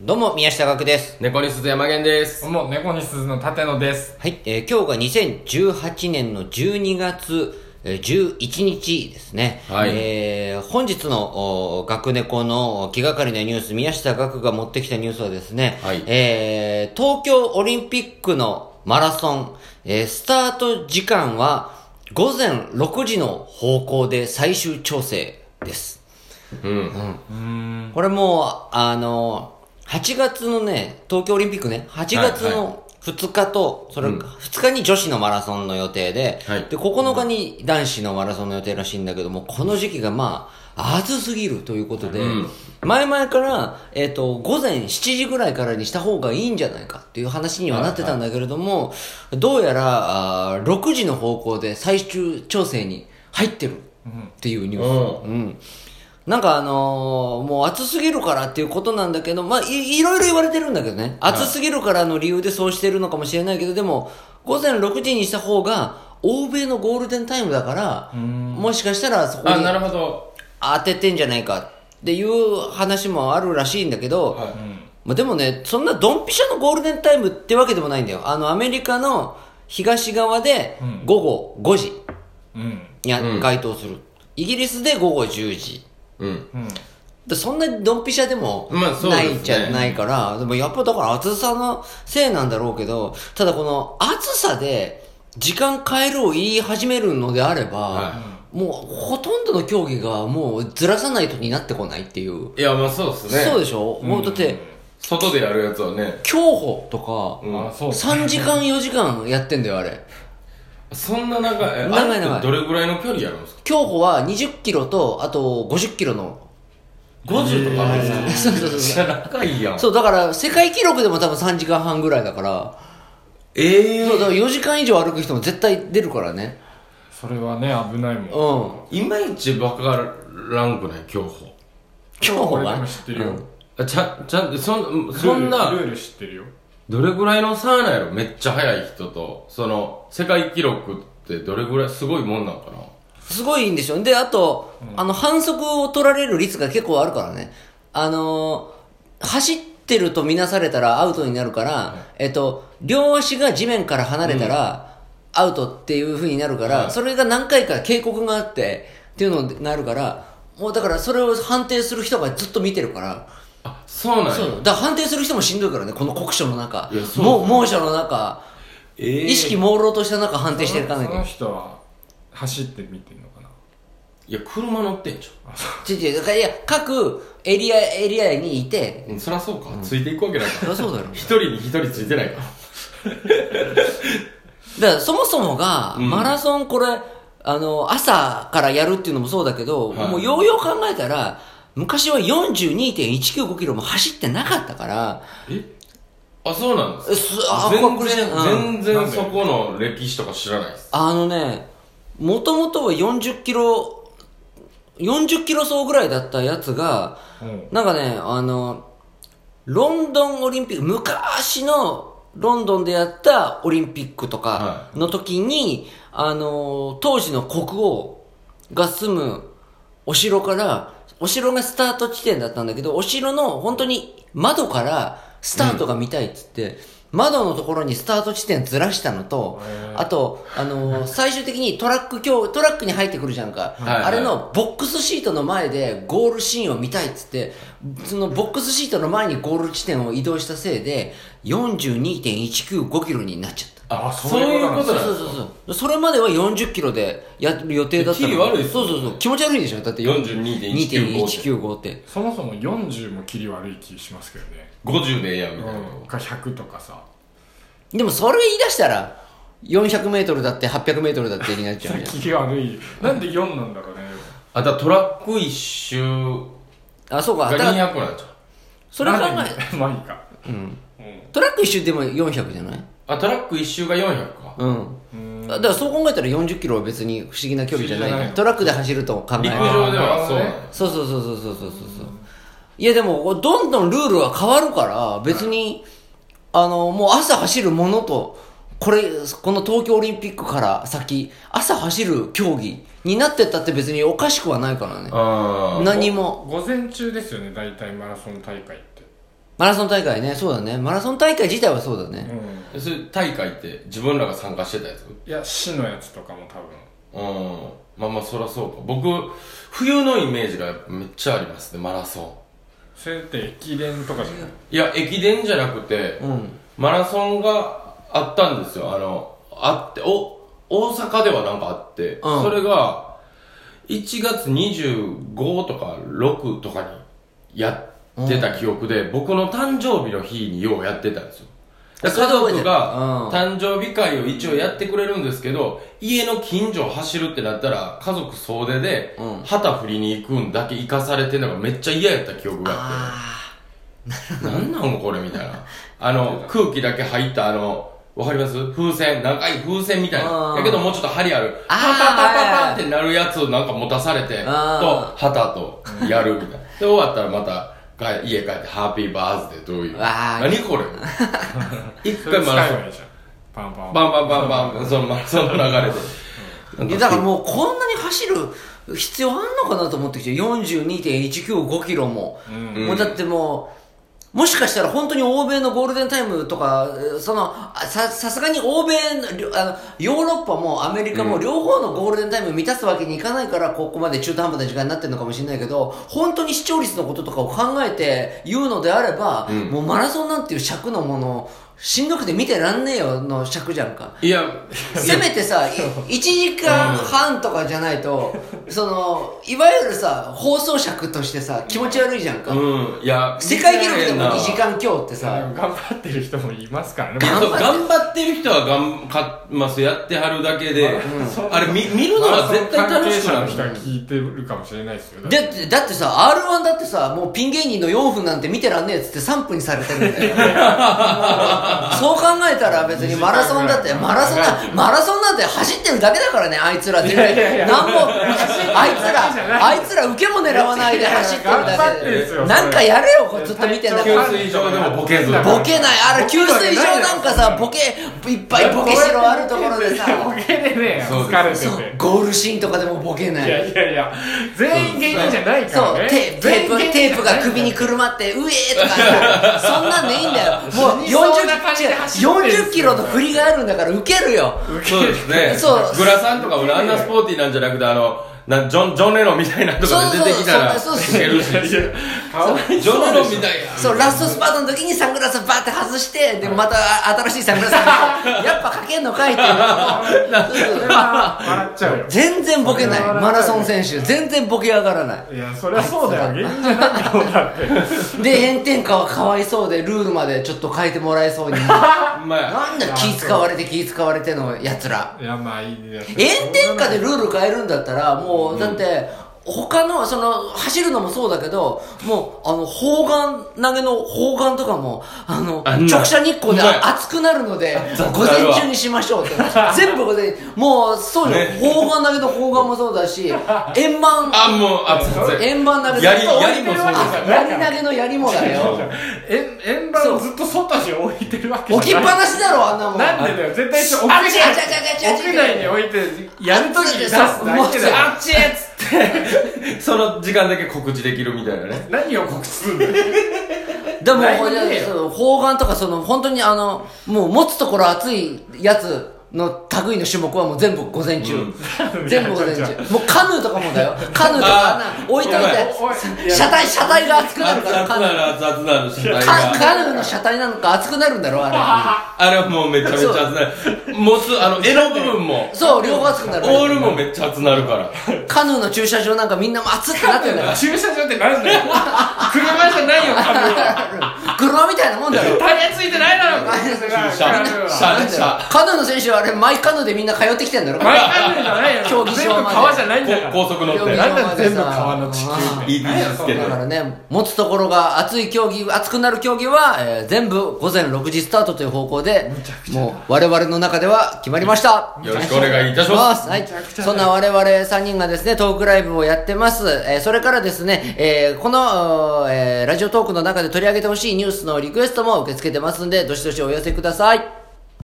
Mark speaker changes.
Speaker 1: どうも、宮下岳です。
Speaker 2: 猫に鈴山源で
Speaker 3: ど
Speaker 2: す。
Speaker 3: うも、猫に鈴の立野です。
Speaker 1: はい、えー今日が2018年の12月えー11日ですね。
Speaker 2: はい
Speaker 1: えー本日の、お学猫の気がかりなニュース、宮下学が持ってきたニュースはですね、
Speaker 2: はい
Speaker 1: えー東京オリンピックのマラソン、えースタート時間は午前6時の方向で最終調整です。これもう、あの、8月のね、東京オリンピックね、8月の2日と、それ、2日に女子のマラソンの予定で、
Speaker 2: はい
Speaker 1: で、9日に男子のマラソンの予定らしいんだけども、この時期がまあ、暑すぎるということで、前々から、えっ、と、午前7時ぐらいからにした方がいいんじゃないかっていう話にはなってたんだけれども、どうやら、あー6時の方向で最終調整に入ってるっていうニュース。うん。なんかあのーもう暑すぎるからっていうことなんだけど、まあい、いろいろ言われてるんだけどね。暑すぎるからの理由でそうしてるのかもしれないけど、でも、午前6時にした方が、欧米のゴールデンタイムだから、もしかしたらそこに
Speaker 2: あ、なるほど。
Speaker 1: 当ててんじゃないかっていう話もあるらしいんだけど、
Speaker 2: はい
Speaker 1: まあ、でもね、そんなドンピシャのゴールデンタイムってわけでもないんだよ。あの、アメリカの東側で午後5時
Speaker 3: うん。
Speaker 1: に該当する。イギリスで午後10時。
Speaker 2: うん。
Speaker 3: うん。
Speaker 1: でそんなにドンピシャでも
Speaker 2: まあそう
Speaker 1: な
Speaker 2: ですね
Speaker 1: いんじゃないから、でもやっぱだから暑さのせいなんだろうけど、ただこの暑さで時間変えるを言い始めるのであれば、
Speaker 2: は
Speaker 1: もうほとんどの競技がもうずらさないとになってこないっていう。
Speaker 2: いや、まあそうですね。
Speaker 1: そうでしょ、もうだって、
Speaker 2: 外でやるやつはね、
Speaker 1: 競歩とか、
Speaker 2: うん
Speaker 3: あ、そう。
Speaker 1: 3時間4時間やってんだよ、あれ。
Speaker 2: そんな長い、え
Speaker 1: 長い長い
Speaker 2: あれってどれぐらいの距離やるんですか
Speaker 1: 競歩は20キロと、あと50キロの。
Speaker 2: ?50 とかあるんですか
Speaker 1: そうそうそう
Speaker 2: めっ
Speaker 1: そ
Speaker 2: ちゃ長いやん
Speaker 1: う。。そう、だから世界記録でも多分3時間半ぐらいだから、
Speaker 2: ええ
Speaker 1: そうだから4時間以上歩く人も絶対出るからね。
Speaker 3: それはね、危ないもん。
Speaker 1: うん。
Speaker 2: いまいちわからんくない、競歩。
Speaker 1: 今日
Speaker 3: 俺でも
Speaker 1: は
Speaker 3: 知ってるよ。
Speaker 2: あちゃん、ちゃん、そん、そんな
Speaker 3: ル、ールルール知ってるよ。
Speaker 2: どれぐらいの差なんやろめっちゃ速い人と、その、世界記録ってどれぐらい、すごいもんなんかな
Speaker 1: すごいいいんでしょであと、あの反則を取られる率が結構あるからねあのー走ってると見なされたらアウトになるから、えっと両足が地面から離れたら、アウトっていう風になるから、それが何回か警告があってっていうのがあるからもうだからそれを判定する人がずっと見てるから、
Speaker 2: あ、そうなん
Speaker 1: そう
Speaker 2: や。
Speaker 1: だから判定する人もしんどいからねこの酷暑の中
Speaker 2: いやそう
Speaker 1: もう猛暑の中、
Speaker 2: えー
Speaker 1: 意識朦朧とした中判定していか
Speaker 3: そ
Speaker 1: なきゃ
Speaker 3: の人は、走って見てんのかない
Speaker 2: や、車乗ってんじゃん。
Speaker 1: 違う違う、だからいや、各エリア、エリアにいて、
Speaker 2: うんそりゃそうか、ついていくわけないか
Speaker 1: そ
Speaker 2: ら
Speaker 1: りゃそうだろ。
Speaker 2: 一人に一人ついてないから
Speaker 1: だからそもそもが、
Speaker 2: ん
Speaker 1: マラソンこれ、あの、朝からやるっていうのもそうだけど、
Speaker 2: はい
Speaker 1: もうようよう考えたら、昔は42.195キロも走ってなかったから、
Speaker 2: えあそうなんですか
Speaker 1: すあ
Speaker 2: 全
Speaker 1: これ
Speaker 2: 然、
Speaker 1: うん
Speaker 2: 全然そこの歴史とか知らないです
Speaker 1: あのね、もともとは40キロ、40キロ走ぐらいだったやつが、
Speaker 3: うん
Speaker 1: なんかね、あの、ロンドンオリンピック、昔のロンドンでやったオリンピックとかの時に、あの、当時の国王が住むお城から、お城がスタート地点だったんだけど、お城の本当に窓からスタートが見たいっつって、窓のところにスタート地点ずらしたのと、あと、あの、最終的にトラック今日、トラックに入ってくるじゃんか。
Speaker 2: いはい
Speaker 1: あれのボックスシートの前でゴールシーンを見たいっつってそのボックスシートの前にゴール地点を移動したせいで42.195キロになっちゃった
Speaker 3: あ
Speaker 2: そういうこと
Speaker 1: そう
Speaker 2: なん
Speaker 1: そう
Speaker 2: です
Speaker 1: そう
Speaker 2: か
Speaker 1: そうそれまでは40キロでやる予定だったの
Speaker 2: キリ悪いですね
Speaker 1: そうそうそう気持ち悪いでしょだって
Speaker 2: 42.195
Speaker 1: 42.195って
Speaker 3: そもそも40も切り悪い気しますけどね。
Speaker 2: 50でええやんみたいな、
Speaker 3: うん。か100とかさ。
Speaker 1: でもそれ言い出したら400メートルだって800メートルだってになっち ゃうじゃん
Speaker 3: 切り悪い。なんで4なんだろうね。
Speaker 2: あだからトラック一周
Speaker 1: あそうか
Speaker 2: が
Speaker 1: だから
Speaker 2: 200なんちゃう
Speaker 1: それ考
Speaker 3: まあ
Speaker 1: え
Speaker 3: まあいいか。
Speaker 1: トラック一周でも400じゃない
Speaker 2: あトラック一周が400か
Speaker 1: うんだからそう考えたら40キロは別に不思議な距離じゃない
Speaker 3: 不思議じゃない
Speaker 1: トラックで走ると考え
Speaker 2: 陸
Speaker 1: る
Speaker 2: 上ではそうなんや
Speaker 1: そうそうそうそうそうそうそうそういやでもどんどんルールは変わるから別に、あのもう朝走るものとこれこの東京オリンピックから先朝走る競技になってったって別におかしくはないからね
Speaker 2: あー
Speaker 1: 何も
Speaker 3: 午前中ですよね、大体マラソン大会って。
Speaker 1: マラソン大会ね、そうだね。マラソン大会自体はそうだ
Speaker 3: う
Speaker 1: ね。
Speaker 3: ん
Speaker 2: えそれ大会って自分らが参加してたやつ
Speaker 3: いや市のやつとかも多分
Speaker 2: うんまあまあそりゃそうか僕冬のイメージがやっぱめっちゃありますねマラソン
Speaker 3: それって駅伝とかじゃない
Speaker 2: いや駅伝じゃなくて、
Speaker 1: うん。
Speaker 2: マラソンがあったんですよあのあってお大阪ではなんかあって、
Speaker 1: うん
Speaker 2: それが1月25とか6とかにやってた記憶で、僕の誕生日の日にようやってたんですよだから家
Speaker 1: それ
Speaker 2: 族
Speaker 1: は
Speaker 2: が誕生日会を一応やってくれるんですけど、家の近所を走るってなったら家族総出で
Speaker 1: うん
Speaker 2: 旗振りに行くんだけ行かされてるのがめっちゃ嫌やった記憶があっ
Speaker 1: あ
Speaker 2: てなんなんこれみたいな。あの、空気だけ入ったあの、わかります風船、長い風船みたい
Speaker 1: あ
Speaker 2: な
Speaker 1: ー。
Speaker 2: やけどもうちょっと針ある。パ
Speaker 1: あ
Speaker 2: ン
Speaker 1: ー
Speaker 2: パンパンパンパンってなるやつなんか持たされて、と、
Speaker 1: あ
Speaker 2: 旗とやるみたいな。で、終わったらまた、帰家帰って、ハッピーバースデーどういう。
Speaker 1: あー
Speaker 2: 何これ一
Speaker 3: それ
Speaker 2: 回マラ
Speaker 3: 使
Speaker 2: ソン。
Speaker 3: えばいいじゃんパンパン
Speaker 2: バンバンバンバン、そのマラソンの流れで。
Speaker 1: あ。いやだからもうこんなに走る必要あんのかなと思ってきて、42.195キロも。
Speaker 3: うん
Speaker 1: もうだってもう、もしかしたら本当に欧米のゴールデンタイムとか、えーその、あさ、さすがに欧米のりょ、あの、ヨーロッパもアメリカも両方のゴールデンタイム満たすわけにいかないから、ここまで中途半端な時間になってるのかもしれないけど、本当に視聴率のこととかを考えて言うのであれば、
Speaker 2: ん
Speaker 1: もうマラソンなんていう尺のもの、しんどくて見てらんねえよの尺じゃんか。
Speaker 2: いや、
Speaker 1: せめてさ、い1時間半とかじゃないと、その、いわゆるさ、放送尺としてさ、気持ち悪いじゃんか。
Speaker 2: うん、いや、
Speaker 1: 世界記録でも
Speaker 2: 見てられんな
Speaker 1: 2時間強ってさ、
Speaker 3: 頑張ってる人もいますからね
Speaker 1: 頑張
Speaker 2: そう
Speaker 1: って
Speaker 2: 頑張ってる人は頑張っますやってはるだけで、あれ見見るのは絶対楽しくな
Speaker 3: マラソン関係者の
Speaker 2: る
Speaker 3: 人は聞いてるかもしれないですよ
Speaker 1: だって、だってさ、R1 だってさ、もうピン芸人の4分なんて見てらんねえっつって3分にされてるんだよ。そう考えたら別にマラソンだって、マラソンだ、マラソンなんて走ってるだけだからね、あいつら絶
Speaker 3: いやい
Speaker 1: 対。
Speaker 3: や
Speaker 1: なん も、あいつ
Speaker 3: 走ってるだけじゃ
Speaker 1: ら、
Speaker 3: な
Speaker 1: あ
Speaker 3: い
Speaker 1: いつら受けも狙わないで走ってる
Speaker 3: 頑張
Speaker 1: だ
Speaker 3: って
Speaker 1: け
Speaker 3: るんです
Speaker 1: で。
Speaker 3: よ
Speaker 1: なんかやれよ、これずっと見てんだか
Speaker 2: 給
Speaker 1: ら。
Speaker 2: 水場でもボケず
Speaker 1: ボケない、あれ、給水場なんかさ、ボケ、いっぱいボケしろあるところでさ、
Speaker 3: ボケでね
Speaker 2: そう
Speaker 3: 疲れて
Speaker 1: そう
Speaker 3: て
Speaker 1: ゴールシーンとかでもボケないい
Speaker 3: や。いやいや全員芸人じゃないか
Speaker 1: そ
Speaker 3: ら
Speaker 1: う
Speaker 3: ね
Speaker 1: テープテープテープが首にくるまって「うえ!」とかさ そんなんでいいんだよもう
Speaker 3: 死にそうな感じで走ってるんですよ
Speaker 1: 40 40キロの振りがあるんだからウケるよ
Speaker 2: そうですね
Speaker 1: そう
Speaker 2: グラサンとかもあんなスポーティーなんじゃなくてあのなジョンジョン・レノンみたいなとかで出てきたら
Speaker 1: そうそう
Speaker 2: い
Speaker 1: そう
Speaker 2: けるし
Speaker 3: いやいや顔
Speaker 2: ジョン・レノンみたいな
Speaker 1: そうラストスパートの時にサングラスバーって外してでまたあ新しいサン グラス外してやっぱかけんのかいっていうそうそう
Speaker 3: 笑っちゃうよ
Speaker 1: 全然ボケないマラソン選手全然ボケ上がらない
Speaker 3: いやそりゃそうだよ芸人じゃないかもんだって
Speaker 1: で炎天下はかわいそうでルールまでちょっと変えてもらえそうにな
Speaker 2: うまい
Speaker 1: んだ気使われて気使われてのやつら
Speaker 3: いやまあいいやつ
Speaker 1: 炎天下でルール変えるんだったらもうだって他のその走るのもそうだけどもうあの砲丸投げの砲丸とかもあの
Speaker 2: あんな
Speaker 1: 直射日光で
Speaker 2: うまい
Speaker 1: 熱くなるので
Speaker 2: く
Speaker 1: 午
Speaker 2: なるわ
Speaker 1: 前中にしまし ょうって全部午前もうそうよ砲丸投げの砲丸もそうだし円盤
Speaker 2: あもう熱々
Speaker 1: 円盤投げ
Speaker 2: やり
Speaker 1: の
Speaker 2: やりもそうです
Speaker 1: あ槍投げの槍もだよ
Speaker 3: 円円盤をずっと外に置いてるわけ
Speaker 1: 置き
Speaker 3: じ
Speaker 1: っ
Speaker 3: ゃ
Speaker 1: ぱ
Speaker 3: ない
Speaker 1: なしだろあんなもん
Speaker 3: なんでだよ絶対し置
Speaker 1: あ違う違う違う違う違う
Speaker 3: 屋内に置いてやるときに出すだけだよ
Speaker 1: あっちへ
Speaker 2: その時間だけ告知できるみたいなね
Speaker 3: 何を告知するんだよ
Speaker 1: でも、
Speaker 3: ない
Speaker 1: ほいで
Speaker 3: よ
Speaker 1: その砲丸とか、その、本当にあの、もう持つところ熱いやつの類の種目はもう全部午前中。
Speaker 2: うん
Speaker 1: 全部午前
Speaker 3: いやちょち
Speaker 1: 中。もうカヌーとかもだよ。カヌーとか
Speaker 2: あ
Speaker 1: な置いとい
Speaker 3: おいおいい
Speaker 1: て、
Speaker 3: や
Speaker 1: 車体、車体が熱くなる
Speaker 2: 熱
Speaker 1: から、
Speaker 2: 々
Speaker 1: カヌー。
Speaker 2: なる熱々なる車体
Speaker 1: カ
Speaker 2: が
Speaker 1: カヌーの車体なのか熱くなるんだろ、あ
Speaker 2: あれはもうめちゃめちゃ熱なる持つあの柄の部分も
Speaker 1: れ。そう、両方熱くなる。
Speaker 2: オールもめっちゃ熱な るから
Speaker 1: カヌーの駐車場なんかみんなも熱くなってんだから。
Speaker 3: 駐車場ってなんだよ車じゃないよカヌーは
Speaker 1: 車みたいなもんだろ。
Speaker 3: タイヤついてないだろカヌーが
Speaker 2: 車
Speaker 3: カヌーは
Speaker 2: 車
Speaker 1: なんだ
Speaker 2: で
Speaker 1: よ
Speaker 2: 車
Speaker 1: カヌーの選手はあれ、マイカヌーでみんな通ってきてんだろ。
Speaker 3: マイカヌーじゃないよ
Speaker 1: 競技
Speaker 3: 全
Speaker 1: 場
Speaker 3: 部
Speaker 1: まで
Speaker 3: 川じゃないんだから
Speaker 2: 高速乗っ
Speaker 1: 競技
Speaker 2: て
Speaker 1: 場
Speaker 3: なんだ全部川の地球
Speaker 1: あ
Speaker 2: ーいい技術つけて
Speaker 1: だからね、持つところが熱い競技、熱くなる競技は、えー全部午前6時スタートという方向で、もう我々の中では決まりました。
Speaker 2: よろしくお願いいたしま
Speaker 1: ま
Speaker 2: す
Speaker 1: す。はい。そんな我々3人がですね、トークライブをやってます。えーそれからですね、えーこの、えーラジオトークの中で取り上げてほしいニュースのリクエストも受け付けてますんで、どしどしお寄せください。